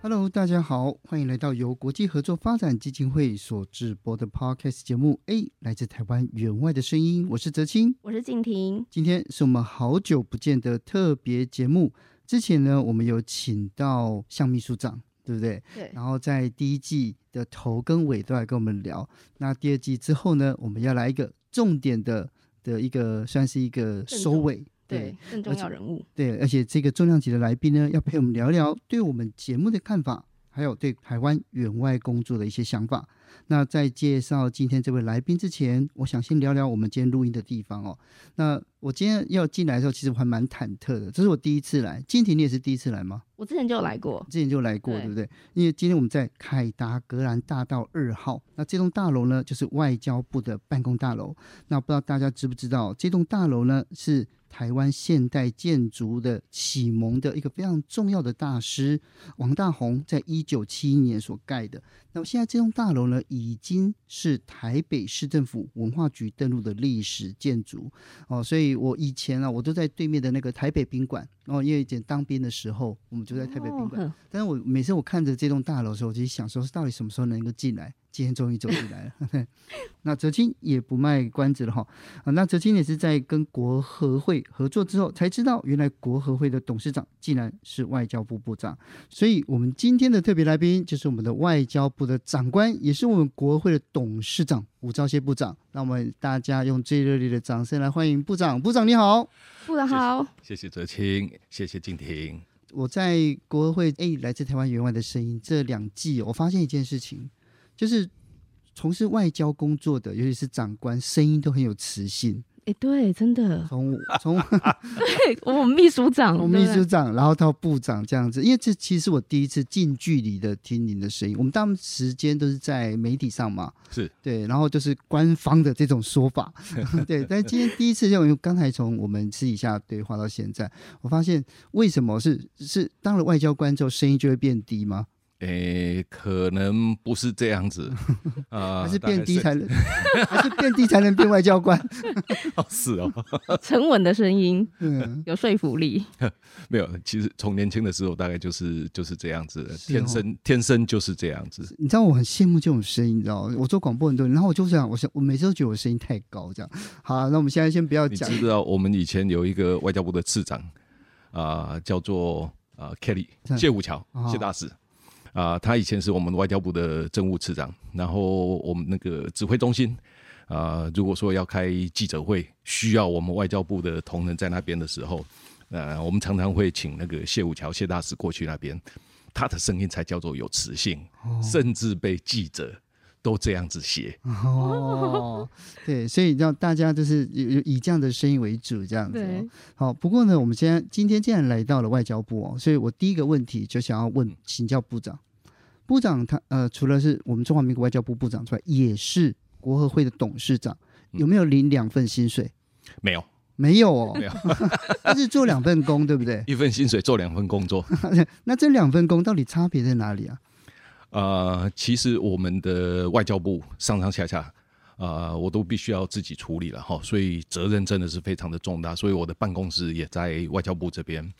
Hello，大家好，欢迎来到由国际合作发展基金会所制播的 Podcast 节目《A 来自台湾员外的声音》，我是泽清。我是静婷，今天是我们好久不见的特别节目。之前呢，我们有请到向秘书长，对不对？对然后在第一季的头跟尾都来跟我们聊。那第二季之后呢，我们要来一个重点的的一个，算是一个郑收重尾。对，更重要人物，对，而且这个重量级的来宾呢，要陪我们聊聊对我们节目的看法，还有对台湾远外工作的一些想法。那在介绍今天这位来宾之前，我想先聊聊我们今天录音的地方哦。那我今天要进来的时候，其实我还蛮忐忑的，这是我第一次来。金婷，你也是第一次来吗？我之前就有来过，之前就来过，对对不对？因为今天我们在凯达格兰大道二号，那这栋大楼呢，就是外交部的办公大楼。那不知道大家知不知道，这栋大楼呢是台湾现代建筑的启蒙的一个非常重要的大师王大闳在一九七一年所盖的。那么现在这栋大楼呢，已经是台北市政府文化局登录的历史建筑哦。所以我以前啊，我都在对面的那个台北宾馆哦，因为以前当兵的时候，我们就在台北宾馆。哦但是我每次我看着这栋大楼的时候，我就想说，到底什么时候能够进来？今天终于走进来了。 那泽清也不卖关子了哈，啊，那泽清也是在跟国合会合作之后，才知道原来国合会的董事长竟然是外交部部长。所以，我们今天的特别来宾就是我们的外交部的长官，也是我们国会的董事长吴钊燮部长。那我们大家用最热烈的掌声来欢迎部长。部长你好。部长好，谢谢哲青，谢谢静婷。我在国会《哎，来自台湾员外的声音》这两季哦，我发现一件事情，就是从事外交工作的，尤其是长官，声音都很有磁性。哎，对，真的，从从对我们秘书长，从对秘不书对长，然后到部长这样子，因为这其实我第一次近距离的听您的声音，我们大部分时间都是在媒体上嘛，是对，然后就是官方的这种说法， 对。但是今天第一次用，因为刚才从我们私底下对话到现在，我发现为什么是是当了外交官之后声音就会变低吗？诶，可能不是这 样子，啊、还是大概变低才能， 还是变低才能变外交官。哦是哦， 沉稳的 声音嗯，有说服力，没有，其实从年轻的时候大概就是就是这样子，是哦天生天生就是这样子。你知道我很羡慕这种声音，你知道吗？我做广播很多年，然后我就想，我想我每次都觉得我声音太高，这样。好、啊那我们现在先不要你讲，知道我们以前有一个外交部的次长啊、叫做啊、Kelly 是谢武桥哦谢大使啊、他以前是我们外交部的政务次长，然后我们那个指挥中心啊、如果说要开记者会，需要我们外交部的同仁在那边的时候，呃，我们常常会请那个谢武桥谢大使过去那边，他的声音才叫做有磁性，甚至被记者都这样子写。哦，对，所以你知道大家就是以以这样的声音为主，这样子、哦对。，好，不过呢，我们现在今天既然来到了外交部哦，所以我第一个问题就想要问嗯请教部长。部长他呃，除了是我们中华民国外交部部长之外，也是国合会的董事长，嗯有没有领两份薪水？没有，没有哦，没有， 但是做两份工，对不 对？一份薪水做两份工作。那这两份工到底差别在哪里啊？呃，其实我们的外交部上上下下，呃，我都必须要自己处理了哈，所以责任真的是非常的重大，所以我的办公室也在外交部这边。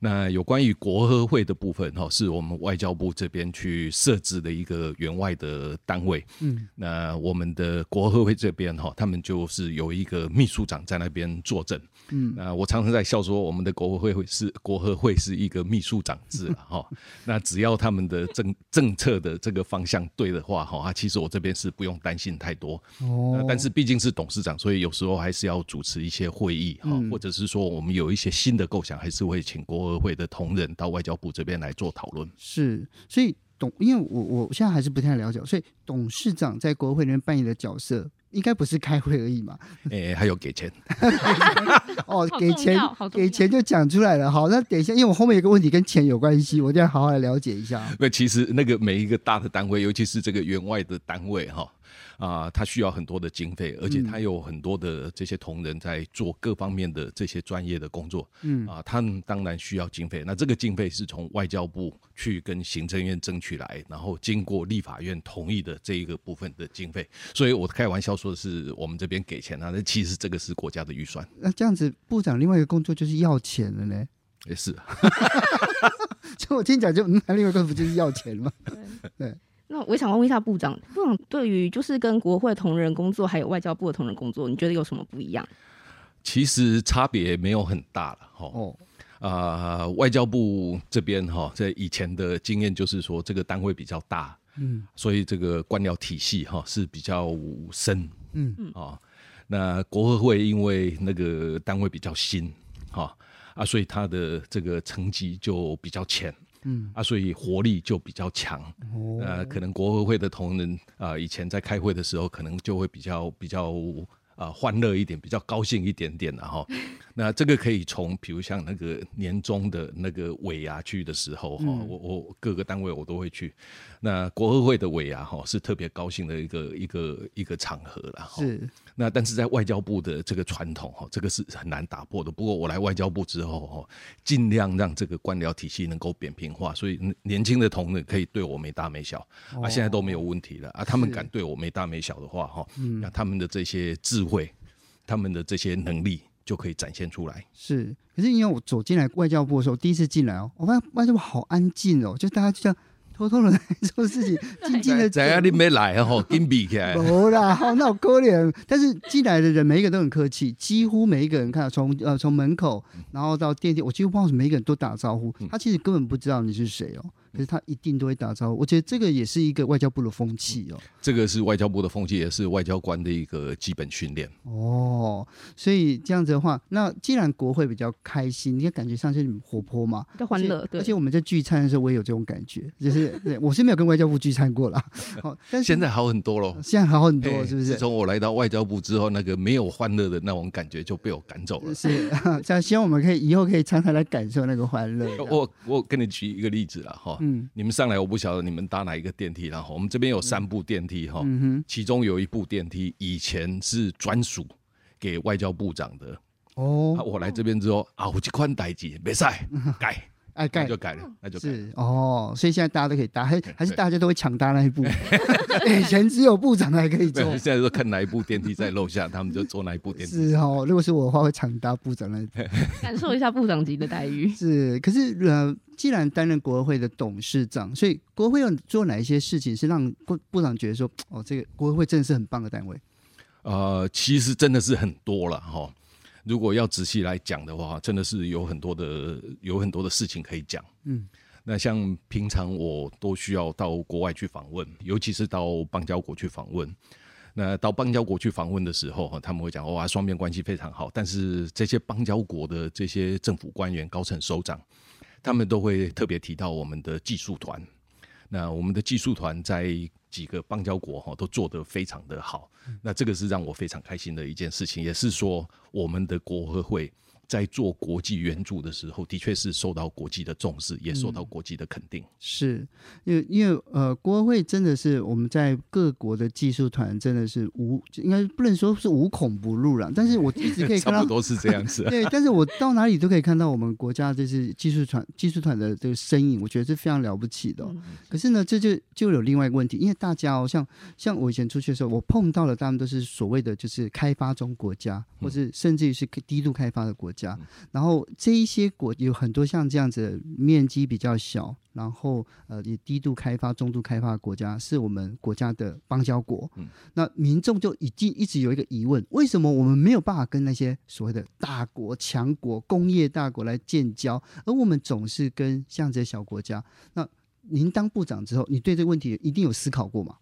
那有关于国合会的部分哈，是我们外交部这边去设置的一个员外的单位。嗯，那我们的国合会这边哈，他们就是有一个秘书长在那边坐镇。嗯那我常常在笑说，我们的国合会是国合会是一个秘书长制了哈。那只要他们的政政策的这个方向对的话哈，啊其实我这边是不用担心太多。那哦，呃但是毕竟是董事长，所以有时候还是要主持一些会议哈，嗯或者是说我们有一些新的构想，还是会请国合会的同仁到外交部这边来做讨论。是，所以董，因为我我现在还是不太了解，所以董事长在国会里面扮演的角色，应该不是开会而已 嘛？哎、还有给钱，哦好，给重钱要好，重给钱就讲出来了。好，那等一下，因为我后面有个问题跟钱有关系，我一定要好好来了解一下。那其实那个每一个大的单位，尤其是这个员外的单位哈，啊、它需要很多的经费，而且嗯它有很多的这些同仁在做各方面的这些专业的工作，嗯啊、他们当然需要经费。那这个经费是从外交部去跟行政院争取来，然后经过立法院同意的这一个部分的经费。所以我开玩笑说的是我们这边给钱啊，那其实这个是国家的预算，那这样子，部长另外一个工作就是要钱了呢。 也是啊。就我听讲就，嗯，另外一个不就是要钱吗？那我想问一下部长，部长对于就是跟国会同仁工作，还有外交部的同仁工作，你觉得有什么不一样？其实差别没有很大了哈。哦，啊、外交部这边哈，在以前的经验就是说，这个单位比较大，嗯，所以这个官僚体系哈是比较深，嗯嗯啊，那国合会因为那个单位比较新，哈啊，所以它的这个层级就比较浅，嗯啊，所以活力就比较强，哦，呃，可能国合会的同仁啊、呃以前在开会的时候，可能就会比较比较啊、呃欢乐一点，比较高兴一点点然后，那这个可以从比如像那个年终的那个尾牙去的时候哈、嗯我我各个单位我都会去，那国合会的尾牙哈、是特别高兴的一个一个一个场合了哈。是那但是在外交部的这个传统哈，这个是很难打破的。不过我来外交部之后哈，尽量让这个官僚体系能够扁平化，所以年轻的同仁可以对我没大没小、啊，现在都没有问题了啊。他们敢对我没大没小的话哈，嗯那他们的这些智慧，他们的这些能力就可以展现出来。是。可是因为我走进来外交部的时候，第一次进来哦，我发现外交部好安静哦，就大家就这样偷偷的在做事情，静静的。怎样你没来哈， 硬比起来。没啦，好那我可怜。但是进来的人每一个都很客气，几乎每一个人看从呃从门口，然后到电梯，我几乎不知道每一个人都打招呼。他其实根本不知道你是谁哦，可是他一定都会打招呼。我觉得这个也是一个外交部的风气哦。这个是外交部的风气，也是外交官的一个基本训练。哦，所以这样子的话，那既然国会比较开心，你也感觉上是你们活泼嘛，比较欢乐，对而且，我们在聚餐的时候，我也有这种感觉，就是对我是没有跟外交部聚餐 过啦。好，但是现在好很多喽。现在好很对，多，是不是哎自？从我来到外交部之后，那个没有欢乐的那种感觉就被我赶走了。是， 这样希望我们可以以后可以常常来感受那个欢 乐。我我跟你举一个例子啦，哈，嗯你们上来我不晓得你们搭哪一个电梯啦，然后我们这边有三部电梯哈，嗯其中有一部电梯以前是专属给外交部长的，啊，哦，我来这边之后啊，我去宽代机，没 赛改，爱那哎盖就改了，那就改了。是哦，所以现在大家都可以搭，还还是对大家都会抢搭那一步。 以前只有部长才可以没有做， 现在就看哪一部电梯在楼下，他们就坐哪一部电梯。是哦。如果是我的话，会抢搭部长那一步。。感受一下部长级的待遇是，可是呃，既然担任国会的董事长，所以国会有做哪一些事情是让部部长觉得说，哦，这个国会真的是很棒的单位？呃，其实真的是很多了哈。如果要仔细来讲的话，真的是有很多的有很多的事情可以讲。嗯，那像平常我都需要到国外去访问，尤其是到邦交国去访问。那到邦交国去访问的时候，哈他们会讲哇，双边关系非常好。但是这些邦交国的这些政府官员、高层首长，他们都会特别提到我们的技术团。那我们的技术团在几个邦交国哈都做得非常的好，那这个是让我非常开心的一件事情，也是说我们的国合会在做国际援助的时候，的确是受到国际的重视，也受到嗯国际的肯定。是因为因为呃，国会真的是我们在各国的技术团真的是无，应该不能说是无孔不入了， 但是我一直可以看 差到不。多是这样子、啊。对，但是我到哪里都可以看到我们国家这是技术团技术团的这个身影，我觉得是非常了不起嗯的哦、可是呢，这就就有另外一个问题，因为大家哦，像像我以前出去的时候，我碰到的他们都是所谓的就是开发中国家，或是甚至于是低度开发的国家。然后这一些国有很多像这样子面积比较小，然后呃也低度开发、中度开发的国家，是我们国家的邦交国。那民众就已经一直有一个疑问：为什么我们没有办法跟那些所谓的大国、强国、工业大国来建交，而我们总是跟像这些小国家？那您当部长之后，你对这个问题一定有思考过嘛？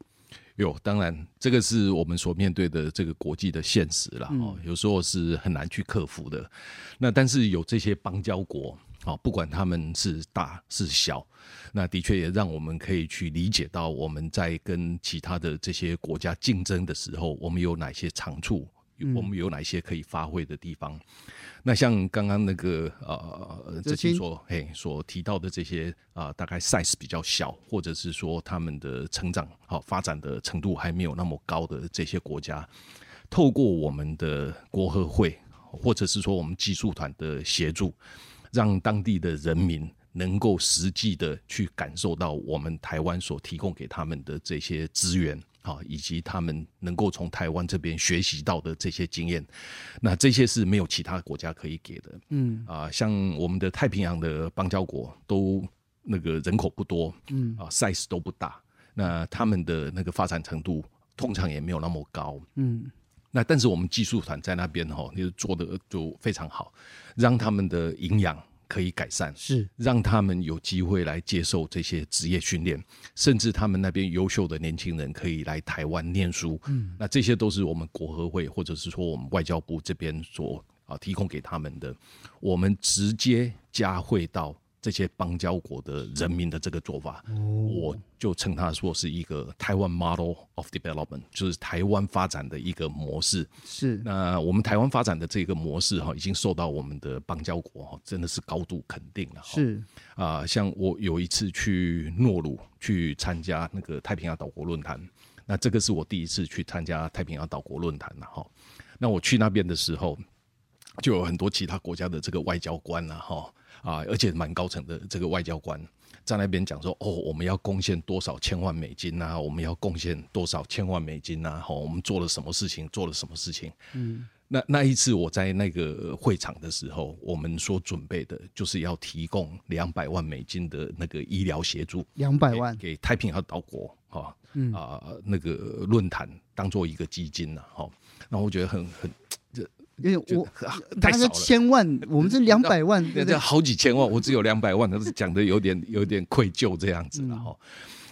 有，当然，这个是我们所面对的这个国际的现实了哦，有时候是很难去克服的。那但是有这些邦交国好、不管他们是大是小，那的确也让我们可以去理解到我们在跟其他的这些国家竞争的时候，我们有哪些长处，我们有哪些可以发挥的地方。那像刚刚那个呃，哲这些青所嘿所提到的这些啊、大概 size 比较小，或者是说他们的成长好、发展的程度还没有那么高的这些国家，透过我们的国合会，或者是说我们技术团的协助，让当地的人民能够实际的去感受到我们台湾所提供给他们的这些资源。好，以及他们能够从台湾这边学习到的这些经验，那这些是没有其他国家可以给的。嗯啊、像我们的太平洋的邦交国都那个人口不多，嗯啊、s i z e 都不大，那他们的那个发展程度通常也没有那么高，嗯，那但是我们技术团在那边哈、哦，就是做的就非常好，让他们的营养可以改善，是让他们有机会来接受这些职业训练，甚至他们那边优秀的年轻人可以来台湾念书。嗯，那这些都是我们国合会或者是说我们外交部这边所啊提供给他们的，我们直接加惠到这些邦交国的人民的这个做法，我就称它说是一个台湾 model of development，就是台湾发展的一个模式。是，那我们台湾发展的这个模式哈，已经受到我们的邦交国哈，真的是高度肯定了哈。是啊、像我有一次去诺鲁去参加那个太平洋岛国论坛，那这个是我第一次去参加太平洋岛国论坛了哈。那我去那边的时候，就有很多其他国家的这个外交官啊，哈啊，而且蛮高层的这个外交官在那边讲说，哦，我们要贡献多少千万美金啊，我们要贡献多少千万美金啊，哈，我们做了什么事情，做了什么事情。那那一次我在那个会场的时候，我们所准备的就是要提供两百万美金的那个医疗协助，两百万，嗯给给太平洋岛国哈啊、那个论坛当做一个基金呐、哈、然后我觉得很很因为我就啊大太家少是了千万，我们是两百万，对那不对这？好几千万，我只有两百万，他是讲的有点 有点愧疚这样子了嗯哈。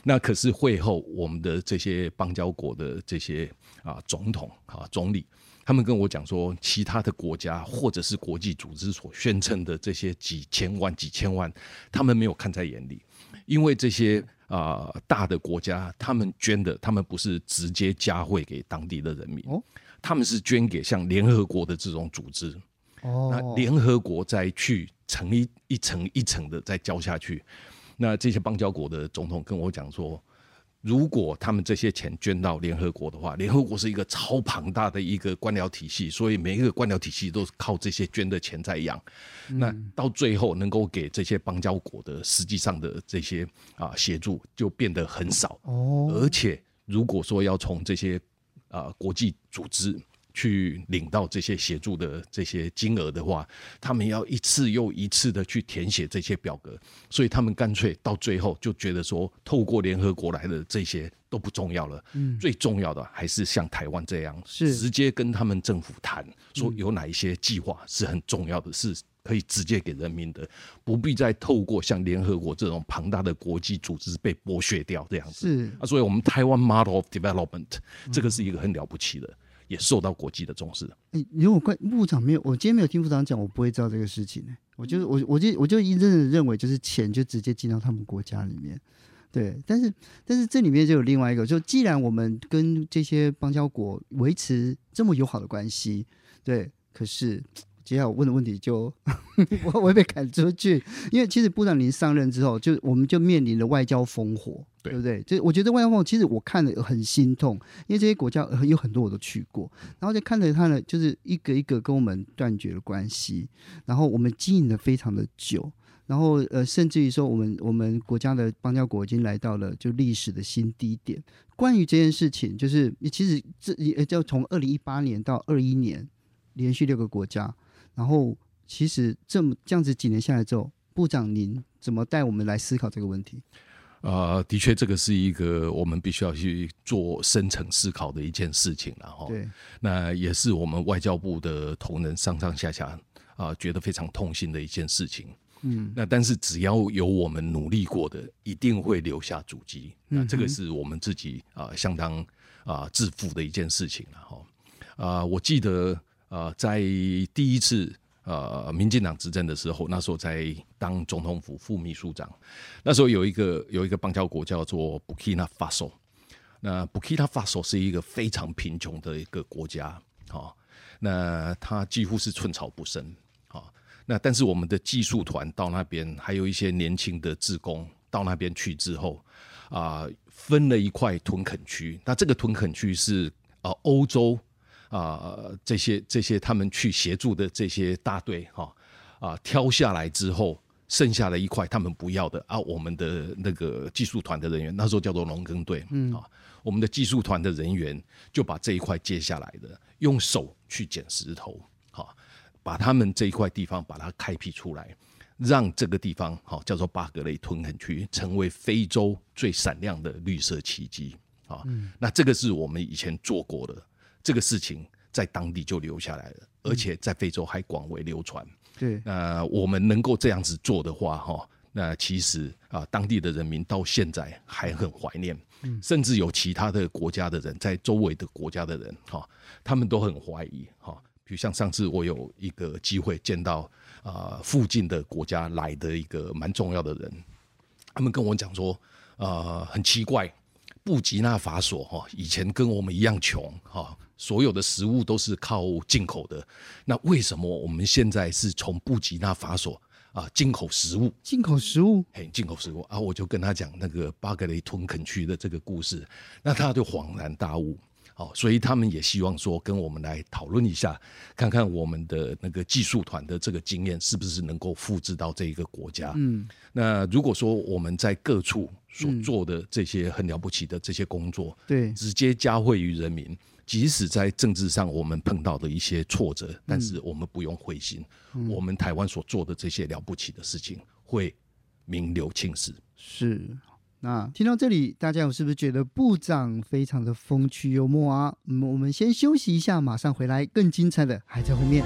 那可是会后，我们的这些邦交国的这些啊总统啊总理，他们跟我讲说，其他的国家或者是国际组织所宣称的这些几千万、几千万，他们没有看在眼里，因为这些啊、大的国家，他们捐的，他们不是直接加惠给当地的人民，哦他们是捐给像联合国的这种组织， 那哦，联合国再去层一一层一层的再交下去。那这些邦交国的总统跟我讲说，如果他们这些钱捐到联合国的话，联合国是一个超庞大的一个官僚体系，所以每一个官僚体系都是靠这些捐的钱在养。那到最后能够给这些邦交国的实际上的这些啊协助就变得很少。哦，而且如果说要从这些啊国际组织去领到这些协助的这些金额的话，他们要一次又一次的去填写这些表格，所以他们干脆到最后就觉得说，透过联合国来的这些都不重要了，最重要的还是像台湾这样，嗯是直接跟他们政府谈，说有哪一些计划是很重要的，是可以直接给人民的，不必再透过像联合国这种庞大的国际组织被剥削掉这样子。是啊，所以我们台湾 model of development 这个是一个很了不起的，也受到国际的重视。诶如果关部长哎没有，我今天没有听部长讲，我不会知道这个事情、欸。我就我我就我就一认认为就是钱就直接进到他们国家里面，对。但是但是这里面就有另外一个，就既然我们跟这些邦交国维持这么友好的关系，对，可是。接下来我问的问题就 我我会被赶出去，因为其实部长您上任之后，就我们就面临了外交烽火，对不对？就我觉得外交烽火，其实我看了很心痛，因为这些国家呃有很多我都去过，然后就看着他呢，就是一个一个跟我们断绝了关系，然后我们经营的非常的久，然后呃，甚至于说我们我们国家的邦交国已经来到了就历史的新低点。关于这件事情，就是其实这也就从二零一八年到二一年，连续六个国家，然后其实这么这样子几年下来之后，部长您怎么带我们来思考这个问题？呃，的确，这个是一个我们必须要去做深层思考的一件事情了哈。对，那也是我们外交部的同仁上上下下啊、觉得非常痛心的一件事情。嗯，那但是只要有我们努力过的，一定会留下足迹。那这个是我们自己啊、相当啊、自呃负的一件事情了哈。啊、我记得啊、在第一次啊、呃民进党执政的时候，那时候在当总统府副秘书长，那时候有一个有一个邦交国叫做 Burkina Faso，那 Burkina Faso 是一个非常贫穷的一个国家，好、那它几乎是寸草不生，好、那但是我们的技术团到那边，还有一些年轻的志工到那边去之后，啊、分了一块屯垦区。那这个屯垦区是啊、呃欧洲啊、呃这些这些他们去协助的这些大队哈啊、挑下来之后，剩下的一块他们不要的啊，我们的那个技术团的人员那时候叫做农耕队，嗯啊，我们的技术团的人员就把这一块接下来的，用手去捡石头，好、把他们这一块地方把它开辟出来，让这个地方好、叫做巴格雷屯垦区成为非洲最闪亮的绿色奇迹啊、那这个是我们以前做过的这个事情，在当地就留下来了，而且在非洲还广为流传。对，呃，我们能够这样子做的话，哈、那其实啊、当地的人民到现在还很怀念，甚至有其他的国家的人，在周围的国家的人，哈、他们都很怀疑，哈、比如像上次我有一个机会见到啊、附近的国家来的一个蛮重要的人，他们跟我讲说，呃，很奇怪，布吉纳法索哈、以前跟我们一样穷哈、所有的食物都是靠进口的，那为什么我们现在是从布吉纳法索啊、进口食物？进口食物嘿，进口食物啊，我就跟他讲那个巴格雷屯垦区的这个故事，那他就恍然大悟。好，所以他们也希望说跟我们来讨论一下，看看我们的那个技术团的这个经验是不是能够复制到这一个国家。嗯，那如果说我们在各处所做的这些很了不起的这些工作，对直接加惠于人民。即使在政治上我们碰到的一些挫折，但是我们不用灰心，我们台湾所做的这些了不起的事情会名留青史。是。那听到这里，大家有是不是觉得部长非常的风趣幽默啊？嗯，我们先休息一下，马上回来，更精彩的还在后面。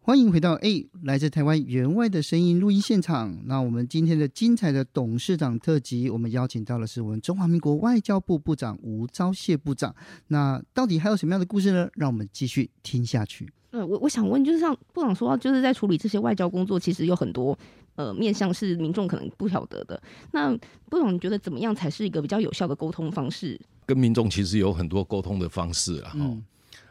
欢迎回到 A 来自台湾员外的声音录音现场。那我们今天的精彩的董事长特辑，我们邀请到的是我们中华民国外交部部长吴钊燮部长。那到底还有什么样的故事呢？让我们继续听下去。 呃，我我想问，就是像部长说到，就是在处理这些外交工作，其实有很多呃面向是民众可能不晓得的。那部长，你觉得怎么样才是一个比较有效的沟通方式？跟民众其实有很多沟通的方式啊。哦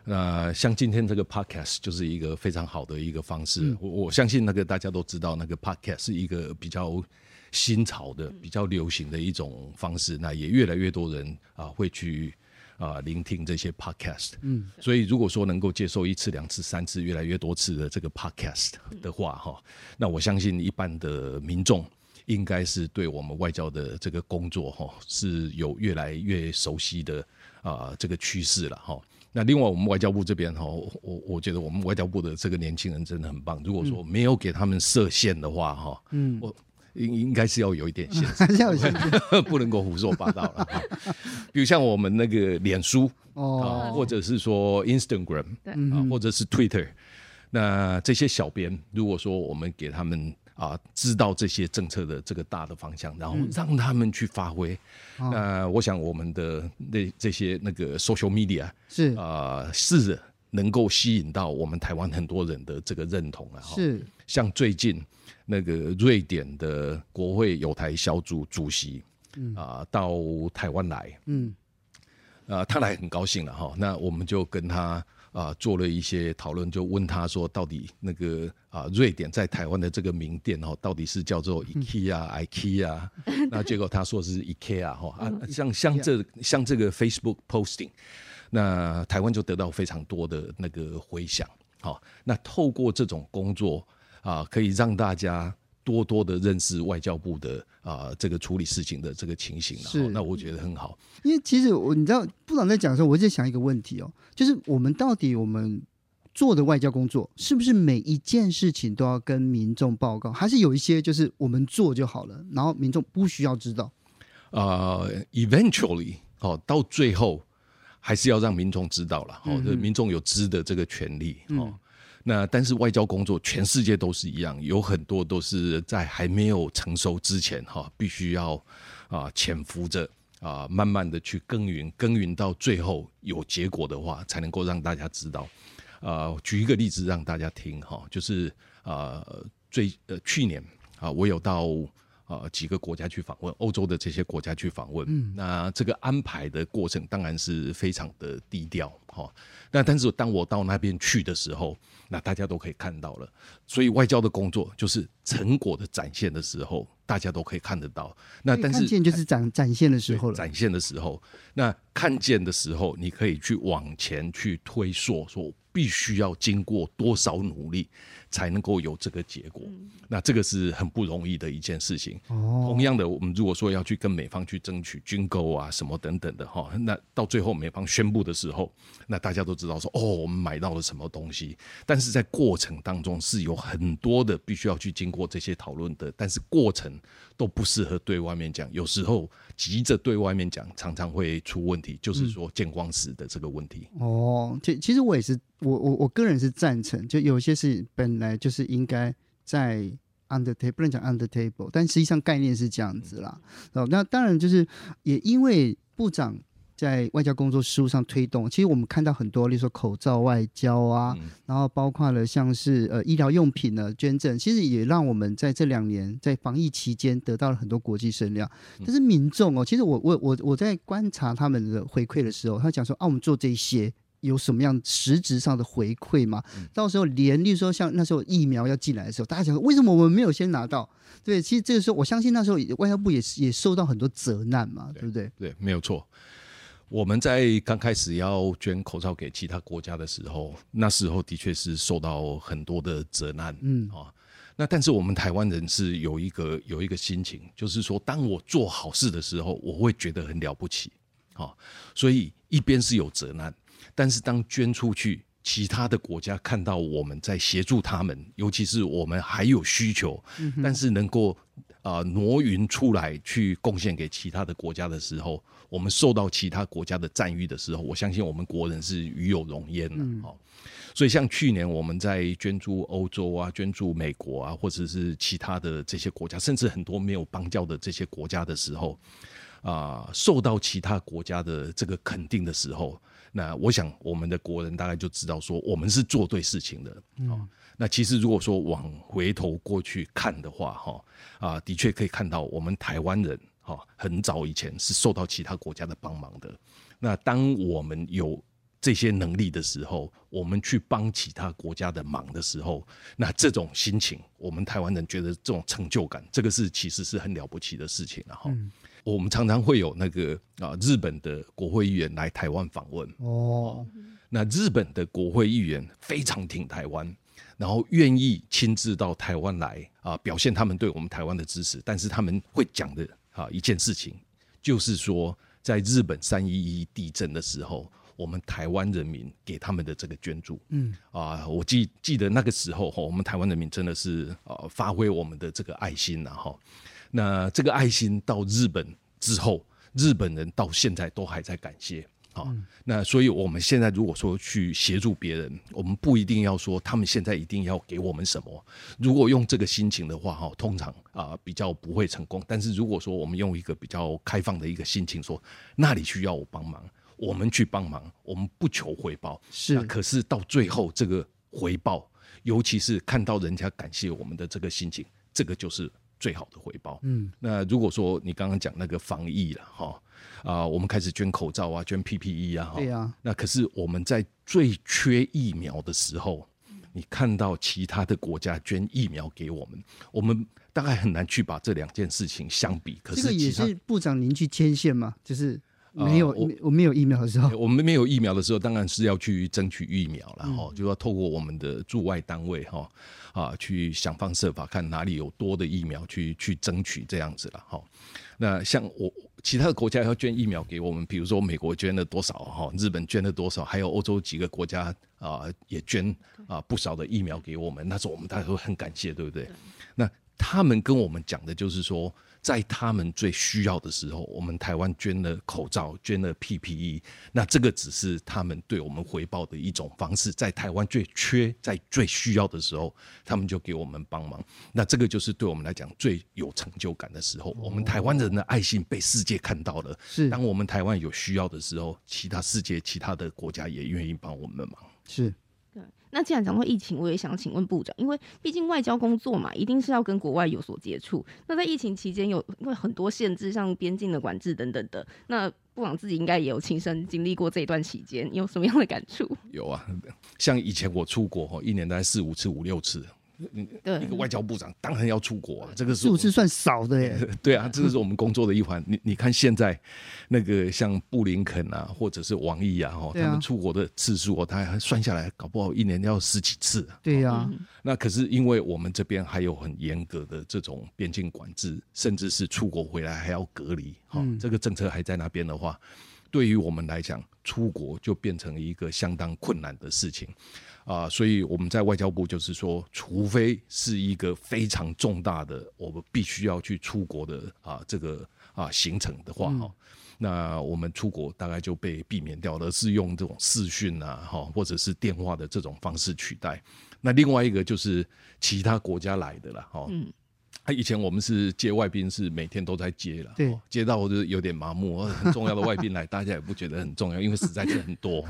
那像今天这个 podcast 就是一个非常好的一个方式。我我相信那个大家都知道，那个 podcast 是一个比较新潮的、比较流行的一种方式。那也越来越多人啊会去啊聆听这些 podcast。嗯，所以如果说能够接受一次、两次、三次，越来越多次的这个 podcast 的话，哈、那我相信一般的民众。应该是对我们外交的这个工作哈、是有越来越熟悉的啊、这个趋势了哈。那另外我们外交部这边哈、我我我觉得我们外交部的这个年轻人真的很棒。如果说没有给他们设限的话哈、嗯，我应应该是要有一点限制，还是要有限 不能够胡说八道了。哈比如像我们那个脸书啊，哦，嗯或者是说 Instagram，对啊，或者是 Twitter，那这些小编，如果说我们给他们啊知道这些政策的这个大的方向，然后让他们去发挥，嗯那我想我们的那这些那个 social media 是啊、是能够吸引到我们台湾很多人的这个认同了啊哈。是，像最近那个瑞典的国会友台小组主席啊、到台湾来，嗯，呃，他来很高兴了哈。那我们就跟他啊、做了一些讨论，就问他说，到底那个啊、瑞典在台湾的这个名店哦，到底是叫做 IKEA、IKEA？那结果他说是 IKEA 哈、啊，像像这像这个 Facebook posting，那台湾就得到非常多的那个回响。好、那透过这种工作啊、可以让大家。多多的认识外交部的啊、这个处理事情的这个情形，然是后那我觉得很好。因为其实我你知道部长在讲的时候，我就在想一个问题哦，就是我们到底我们做的外交工作，是不是每一件事情都要跟民众报告，还是有一些就是我们做就好了，然后民众不需要知道？呃，eventually 哦，到嗯最后还是要让民众知道了，哦，这民众有知的这个权利哦。那但是外交工作，全世界都是一样，有很多都是在还没有成熟之前哈，必须要啊潜伏着啊，慢慢的去耕耘，耕耘到最后有结果的话，才能够让大家知道。呃，举一个例子让大家听哈，就是呃最呃去年啊、我有到呃几个国家去访问，欧洲的这些国家去访问，嗯，那这个安排的过程当然是非常的低调哈、那但是当我到那边去的时候，那大家都可以看到了，所以外交的工作就是成果的展现的时候，大家都可以看得到。那但看是见就是展展现的时对候了。展现的时候，那看见的时候，你可以去往前去推溯，说必须要经过多少努力才能够有这个结果。嗯那这个是很不容易的一件事情。哦同，样的，我们如果说要去跟美方去争取军购啊什么等等的哈，那到最后美方宣布的时候，那大家都知道说哦，我们买到了什么东西，但是在过程当中是有很多的必须要去经过这些讨论的，但是过程都不适合对外面讲，有时候急着对外面讲，常常会出问题，就是说见光死的这个问题。哦，其其实我也是，我我我个人是赞成，就有些事本来就是应该在 under table，不能讲 under table，但实际上概念是这样子啦。嗯哦，那当然就是也因为部长在外交工作实务上推动，其实我们看到很多，例如说口罩外交啊，嗯然后包括了像是呃医疗用品的捐赠，其实也让我们在这两年在防疫期间得到了很多国际声量。嗯但是民众哦，其实我我我我在观察他们的回馈的时候，他讲说啊，我们做这些。有什么样实质上的回馈吗？嗯到时候连，例如说像那时候疫苗要进来的时候，大家讲说为什么我们没有先拿到？对，其实这个时候我相信那时候外交部也是也受到很多责难嘛，对不对？对，没有错。我们在刚开始要捐口罩给其他国家的时候，那时候的确是受到很多的责难，嗯啊、那但是我们台湾人是有一个有一个心情，就是说，当我做好事的时候，我会觉得很了不起，啊、所以一边是有责难，但是当捐出去，其他的国家看到我们在协助他们，尤其是我们还有需求，但是能够啊、呃挪云出来去贡献给其他的国家的时候，我们受到其他国家的赞誉的时候，我相信我们国人是与有荣焉的、哦。所以像去年我们在捐助欧洲啊、捐助美国啊，或者是其他的这些国家，甚至很多没有邦交的这些国家的时候，啊、受到其他国家的这个肯定的时候，那我想我们的国人大概就知道说，我们是做对事情的。哦，那其实如果说往回头过去看的话，哈、啊，的确可以看到我们台湾人哈、很早以前是受到其他国家的帮忙的。那当我们有这些能力的时候，我们去帮其他国家的忙的时候，那这种心情，我们台湾人觉得这种成就感，这个是其实是很了不起的事情啊了哈。我们常常会有那个啊，日本的国会议员来台湾访问，哦，那日本的国会议员非常挺台湾，然后愿意亲自到台湾来啊、表现他们对我们台湾的支持。但是他们会讲的啊、一件事情，就是说，在日本三一一地震的时候，我们台湾人民给他们的这个捐助，嗯啊、我记记得那个时候哈、我们台湾人民真的是呃发挥我们的这个爱心然、后。那这个爱心到日本之后，日本人到现在都还在感谢。好、那所以我们现在如果说去协助别人，我们不一定要说他们现在一定要给我们什么。如果用这个心情的话，哈，通常啊、比较不会成功。但是如果说我们用一个比较开放的一个心情说，那里需要我帮忙，我们去帮忙，我们不求回报，是那可是到最后这个回报，尤其是看到人家感谢我们的这个心情，这个就是最好的回报。嗯，那如果说你刚刚讲那个防疫了哈，啊、我们开始捐口罩啊，捐 PPE 啊，哈对啊那可是我们在最缺疫苗的时候。你看到其他的国家捐疫苗给我们，我们大概很难去把这两件事情相比。可这是个也其他是部长您去牵线嘛，就是没有、呃我没我没有疫苗的时候欸， 我们没有疫苗的时候，当然是要去争取疫苗了哈、就要透过我们的驻外单位哈啊，去想方设法看哪里有多的疫苗去去争取这样子了哈。那像我其他的国家要捐疫苗给我们，比如说美国捐了多少哈，日本捐了多少，还有欧洲几个国家啊、也捐啊、不少的疫苗给我们，那时候我们大家都很感谢，对不对？那他们跟我们讲的就是说，在他们最需要的时候，我们台湾捐了口罩，捐了 E PPE，那这个只是他们对我们回报的一种方式，在台湾最缺、在最需要的时候，他们就给我们帮忙。那这个就是对我们来讲最有成就感的时候。我们台湾人的爱心被世界看到了，是当我们台湾有需要的时候，其他世界、其他的国家也愿意帮我们忙。是那既然讲到疫情，我也想请问部长，因为毕竟外交工作嘛，一定是要跟国外有所接触。那在疫情期间有因为很多限制，像边境的管制等等的，那部长自己应该也有亲身经历过这一段期间，你有什么样的感触？有啊，像以前我出国，一年大概四五次、五六次。对一个外交部长当然要出国啊，这个是四我五次算少的耶， 对啊，这个是我们工作的一环。你你看现在那个像布林肯啊，或者是王毅啊，哦，对啊他们出国的次数哦，他还算下来，搞不好一年要十几次啊。对呀，那可是因为我们这边还有很严格的这种边境管制，甚至是出国回来还要隔离，哈、嗯这个政策还在那边的话，对于我们来讲，出国就变成一个相当困难的事情啊、所以我们在外交部就是说，除非是一个非常重大的，我们必须要去出国的啊、这个啊、行程的话，哈、那我们出国大概就被避免掉了，而是用这种视讯啊，哈，或者是电话的这种方式取代。那另外一个就是其他国家来的啦，哈，嗯，以前我们是接外宾，是每天都在接了，对哦接到我就是有点麻木，呃很重要的外宾来，大家也不觉得很重要，因为实在是很多。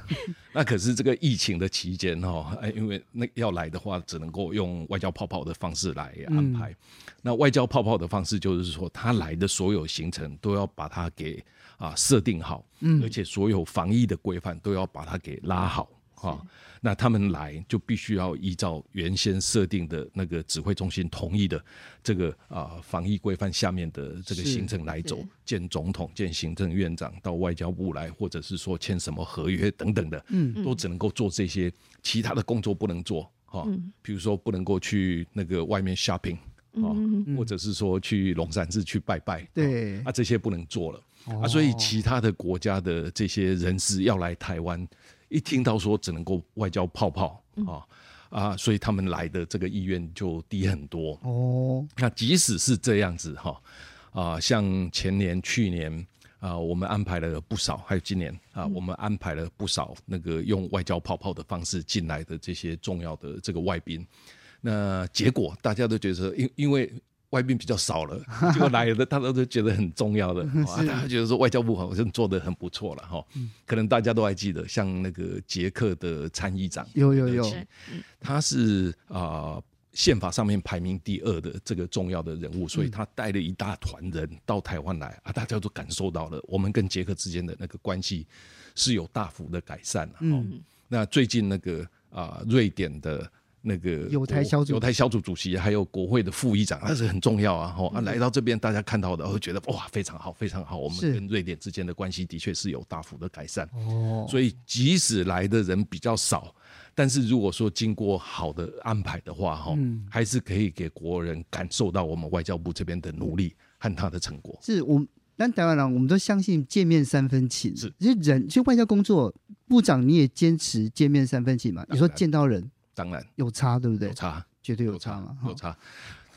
那可是这个疫情的期间哈，哎，因为那要来的话，只能够用外交泡泡的方式来安排。那外交泡泡的方式就是说，他来的所有行程都要把它给啊设定好，嗯，而且所有防疫的规范都要把它给拉好。啊，那他们来就必须要依照原先设定的那个指挥中心同意的这个啊、防疫规范下面的这个是行程来走是，见总统、见行政院长，到外交部来，或者是说签什么合约等等的，嗯，都只能够做这些，其他的工作不能做。哈，比如说不能够去那个外面 shopping 嗯啊，或者是说去龙山寺去拜拜，嗯对啊，这些不能做了。啊，所以其他的国家的这些人士要来台湾，一听到说只能够外交泡泡啊啊，所以他们来的这个意愿就低很多。哦，那即使是这样子哈，啊、像前年、去年啊、我们安排了不少，还有今年啊、我们安排了不少那个用外交泡泡的方式进来的这些重要的这个外宾。那结果大家都觉得，因因为外宾比较少了，结果来了，大家都觉得很重要的，哇大家觉得说外交部好像做的很不错了哈。可能大家都还记得，像那个捷克的参议长有有有，他是啊、呃宪法上面排名第二的这个重要的人物，所以他带了一大团人到台湾来啊，大家都感受到了我们跟捷克之间的那个关系是有大幅的改善了、哦。嗯那最近那个啊、瑞典的。那个犹太国小组犹太小组主席，还有国会的副议长，那是很重要啊！哦，啊，嗯来到这边，大家看到的，会觉得哇，非常好，非常好。我们是跟瑞典之间的关系的确是有大幅的改善。哦，所以即使来的人比较少，但是如果说经过好的安排的话，哈、嗯还是可以给国人感受到我们外交部这边的努力和他的成果。是我们咱台湾人，我们都相信见面三分情。是，其实人其实外交工作，部长你也坚持见面三分情嘛？你说然见到人当然有差，对不对有？差，绝对有有差嘛差，，哈嗯有差。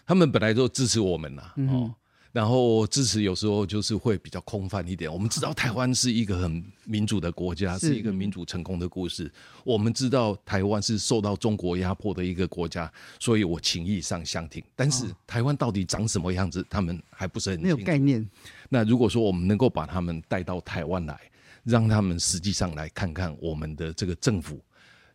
他们本来都支持我们呐、哦。然后支持有时候就是会比较空泛一点。我们知道台湾是一个很民主的国家，是是一个民主成功的故事。我们知道台湾是受到中国压迫的一个国家，所以我情义上相挺。但是台湾到底长什么样子，他们还不是很哦没有清楚概念。那如果说我们能够把他们带到台湾来，让他们实际上来看看我们的这个政府，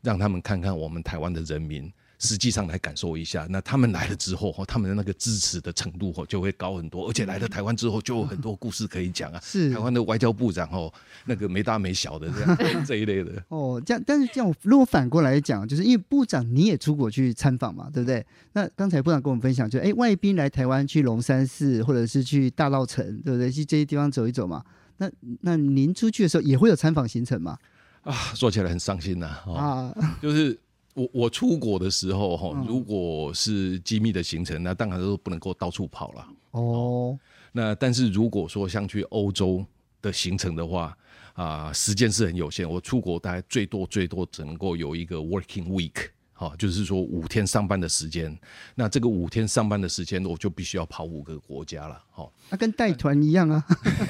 让他们看看我们台湾的人民，实际上来感受一下，那他们来了之后，哦他们的那个支持的程度哦就会高很多，而且来了台湾之后就有很多故事可以讲啊，是台湾的外交部长哦，那个没大没小的这样这一类的，哦，这样，但是这样，我如果反过来讲，就是因为部长你也出国去参访嘛，对不对？那刚才部长跟我们分享，就哎，外宾来台湾去龙山寺，或者是去大稻城，对不对？去这些地方走一走嘛。那那您出去的时候也会有参访行程嘛？啊，说起来很伤心呐、哦啊，嗯就是我我出国的时候哈、哦，如果是机密的行程，那当然都不能够到处跑了。哦，那但是如果说像去欧洲的行程的话，啊、时间是很有限。我出国大概最多最多只能够有一个 working week，好、就是说五天上班的时间。那这个五天上班的时间，我就必须要跑五个国家了，哦，哈。那、跟带团一样啊，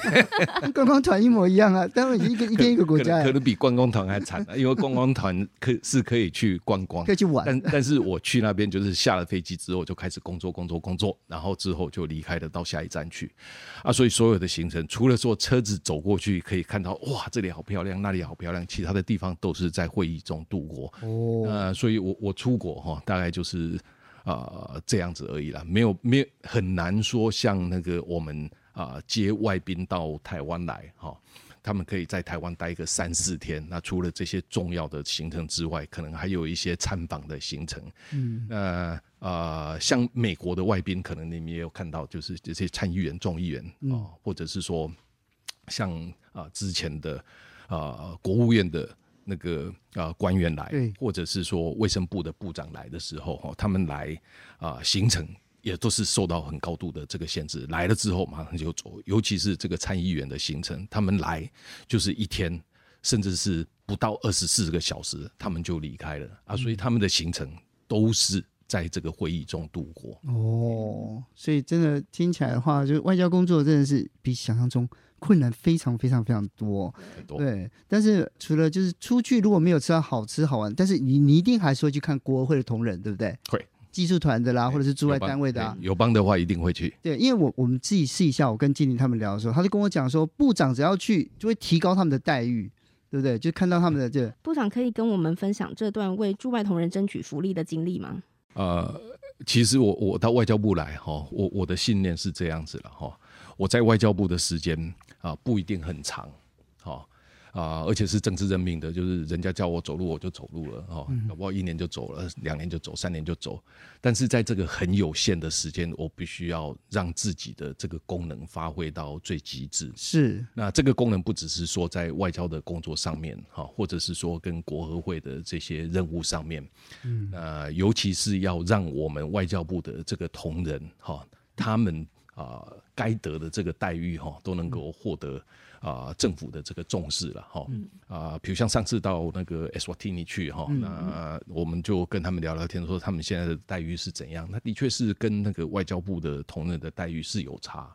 跟观光团一模一样啊，当然一个一可天一个国可家能可欸，能比观光团还惨、啊，因为观光团可是可以去观光可以，去玩。但但是我去那边就是下了飞机之后就开始工作工作工作，然后之后就离开了到下一站去，啊，所以所有的行程除了说车子走过去可以看到哇这里好漂亮那里好漂亮，其他的地方都是在会议中度过，哦，呃，所以我我出国哈大概就是啊、呃这样子而已啦，没有没有很难说像那个我们啊、接外宾到台湾来哈。他们可以在台湾待个三四天。那除了这些重要的行程之外，可能还有一些参访的行程。嗯，那呃，像美国的外宾，可能你们也有看到，就是这些参议员、众议员哦、或者是说像啊、之前的啊国务院的。那个啊官员来对，或者是说卫生部的部长来的时候，哦，他们来啊、行程也都是受到很高度的这个限制。来了之后马上就走，尤其是这个参议员的行程，他们来就是一天，甚至是不到二十四个小时，他们就离开了啊，所以他们的行程都是在这个会议中度过。哦，所以真的听起来的话，就是外交工作真的是比想象中困难非常非常非常多哦。很多对，但是除了就是出去如果没有吃到好吃好玩，但是你你一定还是会去看国会的同仁，对不对？会技术团的啦，或者是驻外单位的啊哎。有帮的话一定会去。对，因为我我们自己试一下，我跟经理他们聊的时候，他就跟我讲说，部长只要去就会提高他们的待遇，对不对？就看到他们的这部长可以跟我们分享这段为驻外同仁争取福利的经历吗？呃，其实我我到外交部来哈，我我的信念是这样子了哈，我在外交部的时间啊、不一定很长，哈啊、而且是政治任命的，就是人家叫我走路我就走路了哈，搞不好一年就走了，两年就走，三年就走，但是在这个很有限的时间，我必须要让自己的这个功能发挥到最极致，是那这个功能不只是说在外交的工作上面哈，或者是说跟国合会的这些任务上面，嗯，那尤其是要让我们外交部的这个同仁哈，他们啊该、得的这个待遇哈，都能够获得啊、政府的这个重视了哈，啊、比如像上次到那个 s w a t i n i 去哈，那我们就跟他们聊聊天，说他们现在的待遇是怎样，那的确是跟那个外交部的同仁的待遇是有差，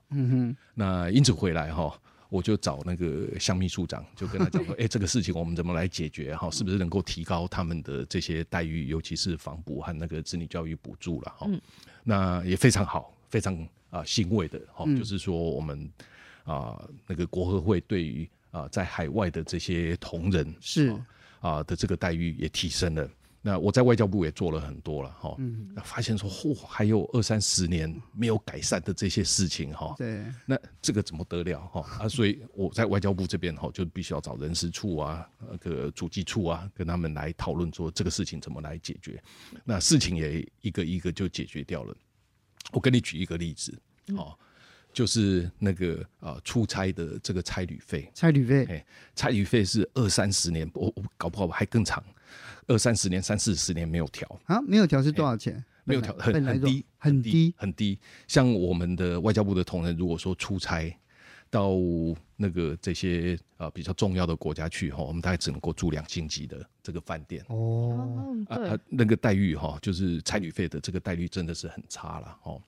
那因此回来哈，我就找那个乡秘书长，就跟他讲说，哎、这个事情我们怎么来解决哈？是不是能够提高他们的这些待遇，尤其是房补和那个子女教育补助了哈？那也非常好，非常啊、欣慰的哈，就是说我们啊、那个国合会对于啊、在海外的这些同仁是啊的这个待遇也提升了。那我在外交部也做了很多了哈，那发现说嚯、还有二三十年没有改善的这些事情哈，对，那这个怎么得了哈啊？所以我在外交部这边哈，就必须要找人事处啊、那个主计处啊，跟他们来讨论说这个事情怎么来解决。那事情也一个一个就解决掉了。我跟你举一个例子，哦，就是那个呃出差的这个差旅费，差旅费哎，差旅费是二三十年，我我搞不好还更长，二三十年、三四十年没有调。啊，没有调是多少钱？没有本调来很本来很多低很低，很低。像我们的外交部的同仁，如果说出差到那个这些呃比较重要的国家去哈，我们大概只能够住两星级的这个饭店。哦，哦，啊啊，那个待遇哈，就是差旅费的这个待遇真的是很差了哦。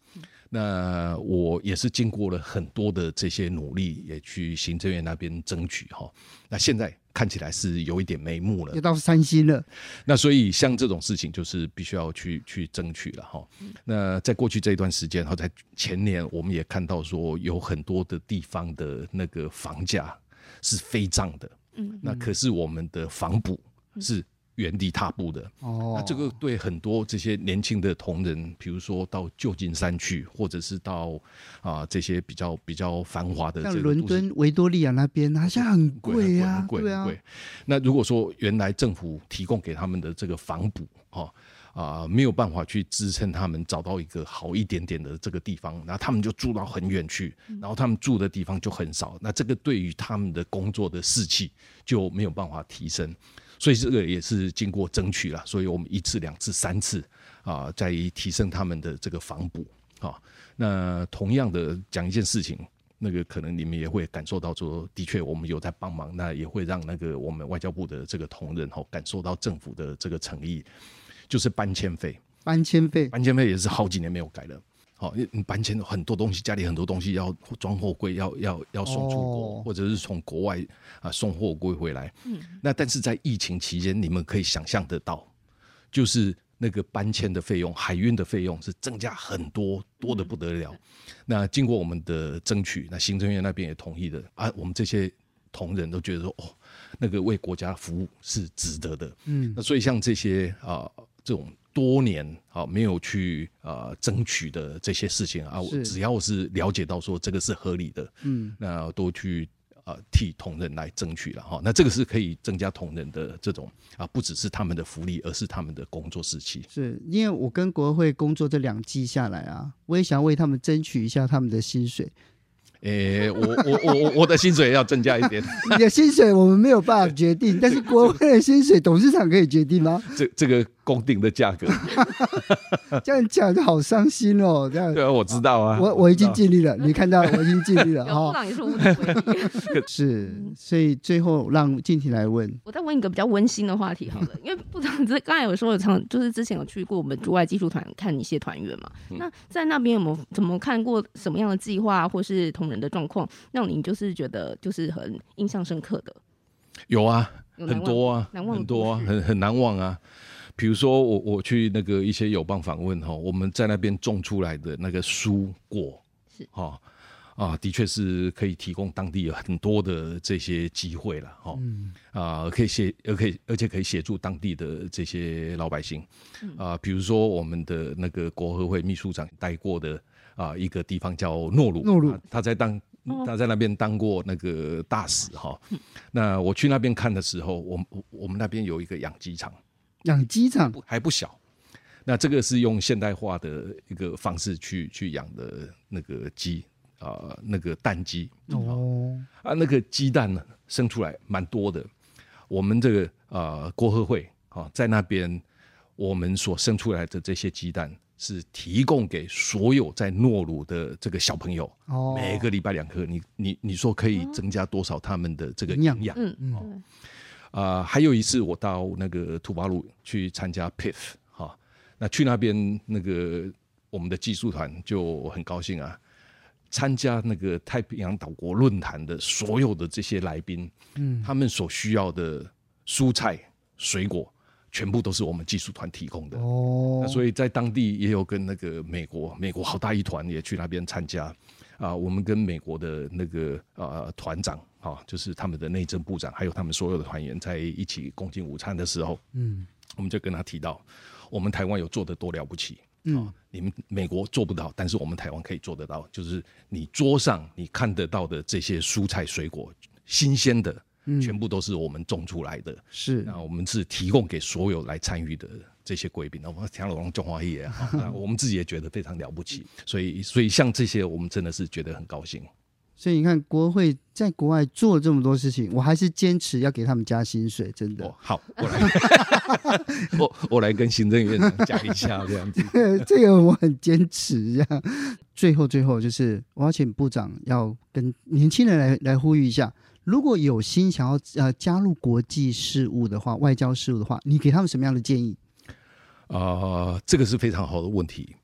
那我也是经过了很多的这些努力，也去行政院那边争取哈。那现在看起来是有一点眉目了要，到三星了，那所以像这种事情，就是必须要去去争取了哈。那在过去这一段时间，哈，在前年我们也看到说，有很多的地方的那个房价是飞涨的，嗯，那可是我们的房补是原地踏步的，哦，那这个对很多这些年轻的同仁，比如说到旧金山去，或者是到啊、这些比较比较繁华的这像个伦都市敦维多利亚那边，它现在很贵贵啊很，贵对很啊，贵。那如果说原来政府提供给他们的这个房补哦啊、没有办法去支撑他们找到一个好一点点的这个地方，然后他们就住到很远去，嗯然后他们住的地方就很少，那这个对于他们的工作的士气就没有办法提升。所以这个也是经过争取了，所以我们一次、两次、三次啊、在提升他们的这个防补啊、那同样的讲一件事情，那个可能你们也会感受到说，的确我们有在帮忙，那也会让那个我们外交部的这个同仁哦感受到政府的这个诚意，就是搬迁费，搬迁费搬迁费也是好几年没有改了。好、你你搬迁很多东西，家里很多东西要装货柜，要要要送出国，哦或者是从国外啊、送货柜回来。嗯，那但是在疫情期间，你们可以想象得到，就是那个搬迁的费用、海运的费用是增加很多，多的不得了。那经过我们的争取，那行政院那边也同意的啊，我们这些同仁都觉得说，哦，那个为国家服务是值得的。嗯那所以像这些啊、这种多年啊、没有去啊、争取的这些事情啊，我是只要是了解到说这个是合理的，嗯，那都去呃替同仁来争取了哈。那这个是可以增加同仁的这种啊，不只是他们的福利，而是他们的工作时期。是因为我跟国会工作这两季下来啊，我也想为他们争取一下他们的薪 水。诶、我我我我我的薪水要增加一点，你的薪水我们没有办法决定， 但是国会的薪水董事长可以决定吗？这这个公定的价格，这样讲就好伤心哦。这样，对啊，我知道啊，我我已经知道尽力了，你看到我已经尽力 了有部哈。长也是无能为力。是，所以最后让静婷来问， 我再问一个比较温馨的话题好了，因为部长这刚才有说有常就是之前有去过我们驻外技术团看一些团员嘛，那在那边有没有怎么看过什么样的计划或是同仁的状况，让你就是觉得就是很印象深刻的？有啊，有很难忘多啊，难忘的很多啊故，事很很难忘啊。比如说我我去那个一些友邦访问哈，我们在那边种出来的那个蔬果是哈啊，的确是可以提供当地有很多的这些机会了哈。啊，可以协，而可以，而且可以协助当地的这些老百姓，啊、比如说我们的那个国合会秘书长待过的啊、一个地方叫诺鲁，诺鲁啊他在当哦他在那边当过那个大使哈。那我去那边看的时候，我们我我们那边有一个养鸡场，养鸡场不还不小。那这个是用现代化的一个方式去去养的那个鸡啊、那个蛋鸡，哦，啊，那个鸡蛋呢生出来蛮多的。我们这个呃国合会啊、在那边我们所生出来的这些鸡蛋是提供给所有在诺鲁的这个小朋友，哦，每个礼拜两颗。你你你说可以增加多少他们的这个营营养养？嗯，啊、还有一次我到那个土巴鲁去参加 PIF 哈、那去那边那个我们的技术团就很高兴啊，参加那个太平洋岛国论坛的所有的这些来宾，嗯，他们所需要的蔬菜、水果，全部都是我们技术团提供的。哦那，所以在当地也有跟那个美国，美国好大一团也去那边参加啊、我们跟美国的那个呃团长啊、就是他们的内政部长，还有他们所有的团员在一起共进午餐的时候，嗯我们就跟他提到，我们台湾有做的多了不起，嗯，你们美国做不到，但是我们台湾可以做得到，就是你桌上你看得到的这些蔬菜水果，新鲜的，全部都是我们种出来的。是那我们是提供给所有来参与的这些贵宾，那我们田龙中华也好，那我们自己也觉得非常了不起，所以所以像这些，我们真的是觉得很高兴。所以你看，国会在国外做了这么多事情，我还是坚持要给他们加薪水，真的哦。，好，我来， 我我来跟行政院长讲一下这样子。 这个我很坚持这样。最后，最后就是我要请部长要跟年轻人来来呼吁一下，如果有心想要呃加入国际事务的话，外交事务的话，你给他们什么样的建议？啊，这个是非常好的问题。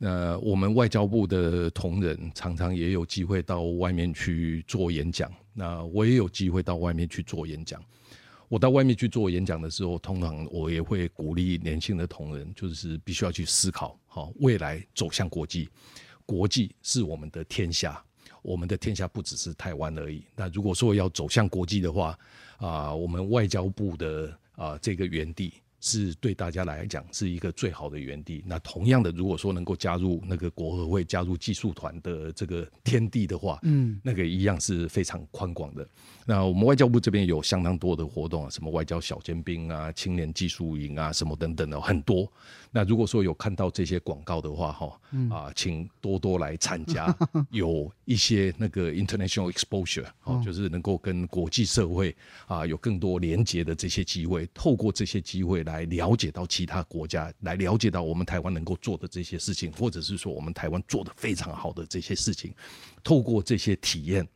那我们外交部的同仁常常也有机会到外面去做演讲，那我也有机会到外面去做演讲。我到外面去做演讲的时候，通常我也会鼓励年轻的同仁，就是必须要去思考，好、未来走向国际，国际是我们的天下，我们的天下不只是台湾而已。那如果说要走向国际的话，啊、我们外交部的啊、这个园地是对大家来讲是一个最好的园地。那同样的，如果说能够加入那个国合会、加入技术团的这个天地的话，嗯，那个一样是非常宽广的。那我们外交部这边有相当多的活动啊，什么外交小尖兵啊、青年技术营啊，什么等等的很多。那如果说有看到这些广告的话，哈、啊，请多多来参加，有一些那个 international exposure，哦，就是能够跟国际社会啊有更多连接的这些机会，透过这些机会来了解到其他国家，来了解到我们台湾能够做的这些事情，或者是说我们台湾做的非常好的这些事情，透过这些体验。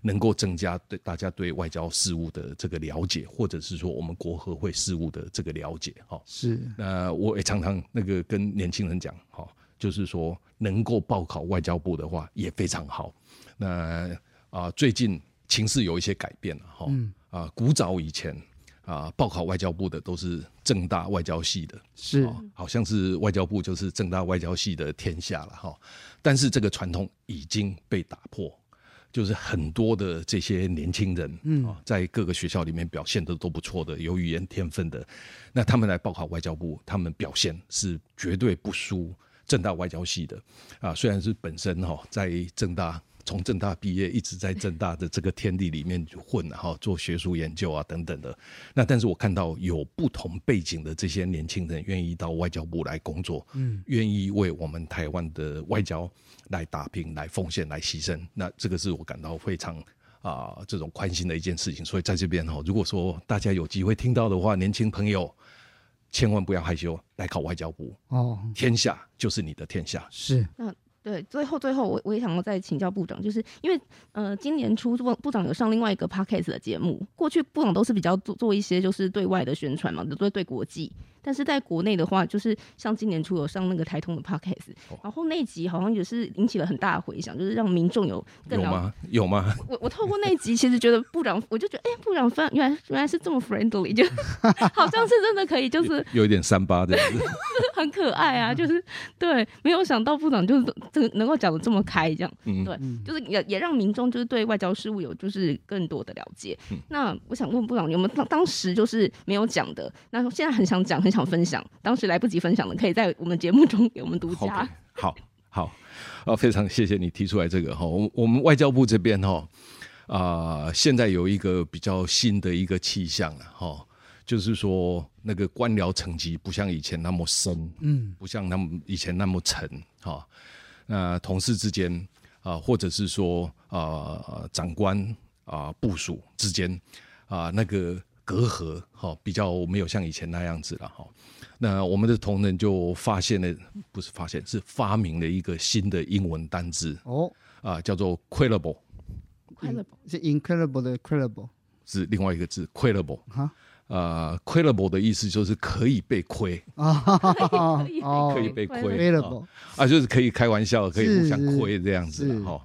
能够增加对大家对外交事务的这个了解，或者是说我们国合会事务的这个了解，哈、是那我也常常那个跟年轻人讲，哈、就是说能够报考外交部的话也非常好。那啊、最近情势有一些改变了哈。啊、古早以前啊、报考外交部的都是正大外交系的，是哦，好像是外交部就是正大外交系的天下了哈。但是这个传统已经被打破，就是很多的这些年轻人，嗯、在各个学校里面表现的都不错的，有语言天分的，那他们来报考外交部，他们表现是绝对不输正大外交系的啊。虽然是本身哈、在正大。从正大毕业，一直在正大的这个天地里面混，哈，做学术研究啊等等的。那但是我看到有不同背景的这些年轻人愿意到外交部来工作，嗯，愿意为我们台湾的外交来打拼、来奉献、来牺牲。那这个是我感到非常啊、这种宽心的一件事情。所以在这边哈、哦如果说大家有机会听到的话，年轻朋友千万不要害羞，来考外交部，哦，天下就是你的天下。是对，最后最后我我也想要再请教部长，就是因为呃今年初部部长有上另外一个 podcast 的节目，过去部长都是比较做做一些就是对外的宣传嘛，都是对国际，但是在国内的话，就是像今年初有上那个台通的 podcast，、然后那集好像也是引起了很大的回响，就是让民众有更有了吗？有吗？我我透过那一集，其实觉得部长，我就觉得，哎、部长非常原来原来是这么 friendly，就 好像是真的可以，就是有一点三八的，很可爱嗯啊，就是对，没有想到部长就是这个能够讲的这么开，这样，嗯对，就是也也让民众就是对外交事务有就是更多的了解。嗯那我想问部长，有没有当当时就是没有讲的，那现在很想讲，很想分享，当时来不及分享的，可以在我们节目中给我们独 OK，家。好好，呃，非常谢谢你提出来这个哈。我我们外交部这边哈，啊、现在有一个比较新的一个气象了哈，就是说那个官僚层级不像以前那么深，嗯，不像那么以前那么沉哈。那同事之间啊、或者是说啊长官啊、部署之间啊、那个隔阂哈、比较没有像以前那样子了哈。那我们的同仁就发现了，不是发现，是发明了一个新的英文单字哦，啊、叫做 “quillable”，快乐吧是 incredible 的 credible 是另外一个字 “quillable”。哈呃，“quillable” 的意思就是可以被亏哦可以哦可以被亏 credible 啊，就是可以开玩笑，可以互相是亏这样子是哈。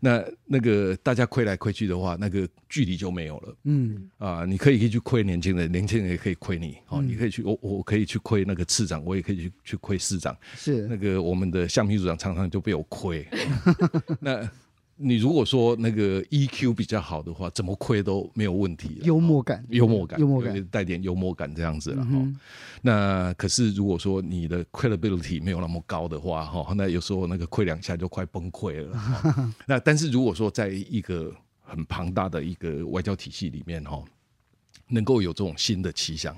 那那个大家亏来亏去的话，那个距离就没有了。嗯啊、你可以去亏年轻人，年轻人也可以亏你，哦，你可以去，我我可以去亏那个次长，我也可以去去亏市长，那是个我们的橡皮组长常常就被我亏。 那你如果说那个 EQ 比较好的话，怎么亏都没有问题啦。幽默感幽默感，幽默感嗯有带点幽默感这样子了哈、那可是如果说你的 credibility 没有那么高的话哈，那有时候那个亏两下就快崩溃 了哈。那但是如果说在一个很庞大的一个外交体系里面哈，能够有这种新的气象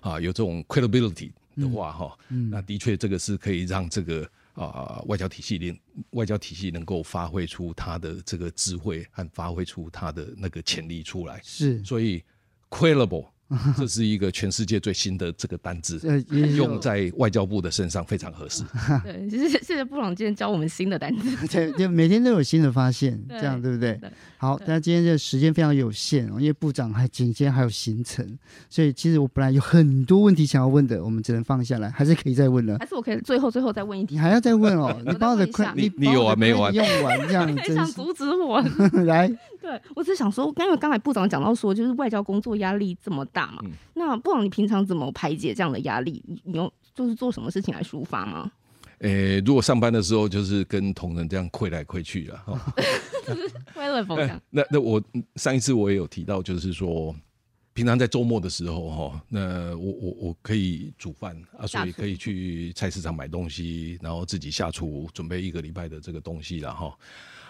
啊，有这种 credibility 的话哈、嗯那的确这个是可以让这个。啊、外交体系里，外交体系能够发挥出它的这个智慧和发挥出它的那个潜力出来。是所以 quillable 这是一个全世界最新的这个单字，呃也有用在外交部的身上非常合适。 对，谢谢谢谢部长今天教我们新的单词。对，就每天都有新的发现，这样对对不对对？好，但今天的时间非常有限哦，因为部长还紧接还有行程，所以其实我本来有很多问题想要问的，我们只能放下来，还是可以再问了。还是我可以最后最后再问一题你，还要再问哦，你再把我的问一下快，你你把你我有的啊完没 credit 完用完这 样还嗯真想是阻止我？ 来，对我只是想说，因为刚才部长讲到说，就是外交工作压力这么大嘛，嗯那部长你平常怎么排解这样的压力？你你用就是做什么事情来抒发吗？诶、呃如果上班的时候就是跟同仁这样亏来亏去啊哦了。哈为了分享，哎那那我上一次我也有提到，就是说。平常在周末的时候，哈，那我我我可以煮饭啊，所下以厨可以去菜市场买东西，然后自己下厨准备一个礼拜的这个东西了，哈。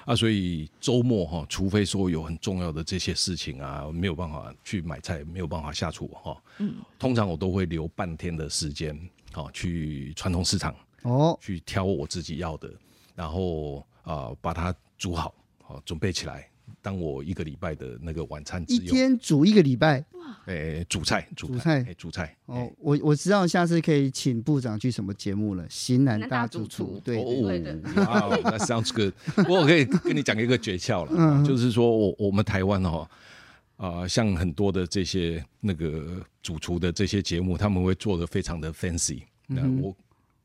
啊，所以周末哈，除非说有很重要的这些事情啊，没有办法去买菜，没有办法下厨哈。嗯，通常我都会留半天的时间，好去传统市场哦，去挑我自己要的，然后啊、把它煮好，好、准备起来，当我一个礼拜的那个晚餐一之用。天煮一个礼拜诶、煮菜，煮煮菜，菜诶、煮菜。哎哦诶，我我知道下次可以请部长去什么节目了，《型男男大大主主厨厨》对，对对对哦，哇哦，That sounds good。不过我可以跟你讲一个诀窍了，就是说我我们台湾哦，啊、像很多的这些那个主厨的这些节目，他们会做的非常的 fancy。那我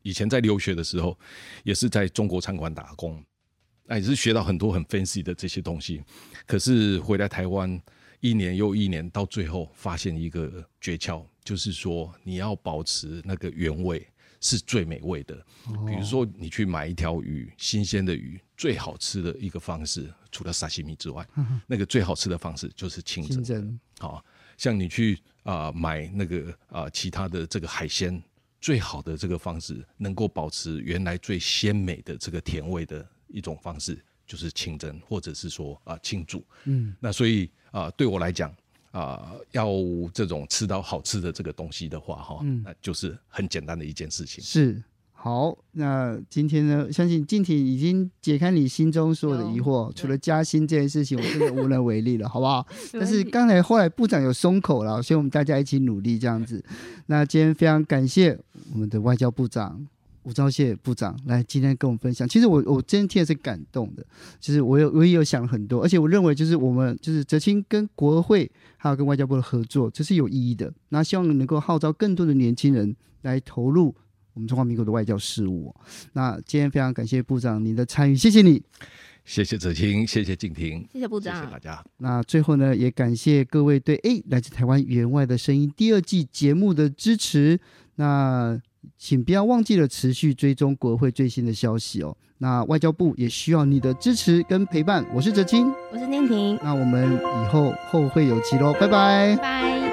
以前在留学的时候，也是在中国餐馆打工，那也是学到很多很 fancy 的这些东西。可是回来台湾一年又一年，到最后发现一个诀窍，就是说你要保持那个原味是最美味的。比如说你去买一条鱼，新鲜的鱼最好吃的一个方式，除了沙西米之外，那个最好吃的方式就是清蒸嗯清。蒸好、像你去啊、买那个啊、其他的这个海鲜，最好的这个方式能够保持原来最鲜美的这个甜味的一种方式，就是清蒸或者是说啊、清煮。嗯，那所以啊、对我来讲。啊、要这种吃到好吃的这个东西的话，哈、那就是很简单的一件事情。是。好，那今天呢？相信静婷已经解开你心中所有的疑惑，除了加薪这件事情，我真的无能为力了，好不好？没但关是系刚才后来部长有松口了，所以我们大家一起努力这样子。那今天非常感谢我们的外交部长吴钊燮部长来今天跟我们分享。其实我我今天听的是感动的，就是我有我也有想很多，而且我认为就是我们就是泽清跟国会还有跟外交部的合作，这是有意义的。那希望能够号召更多的年轻人来投入。我们中华民国的外交事务哦、那今天非常感谢部长您的参与，谢谢你。谢谢子清，谢谢静婷，谢谢部谢长，谢大家。那最后呢，也感谢各位对《诶来自台湾员外的声音》第二季节目的支持。那请不要忘记了持续追踪国会最新的消息哦。那外交部也需要你的支持跟陪伴。我是哲青，我是念婷，那我们以后后会有期喽，拜拜。拜。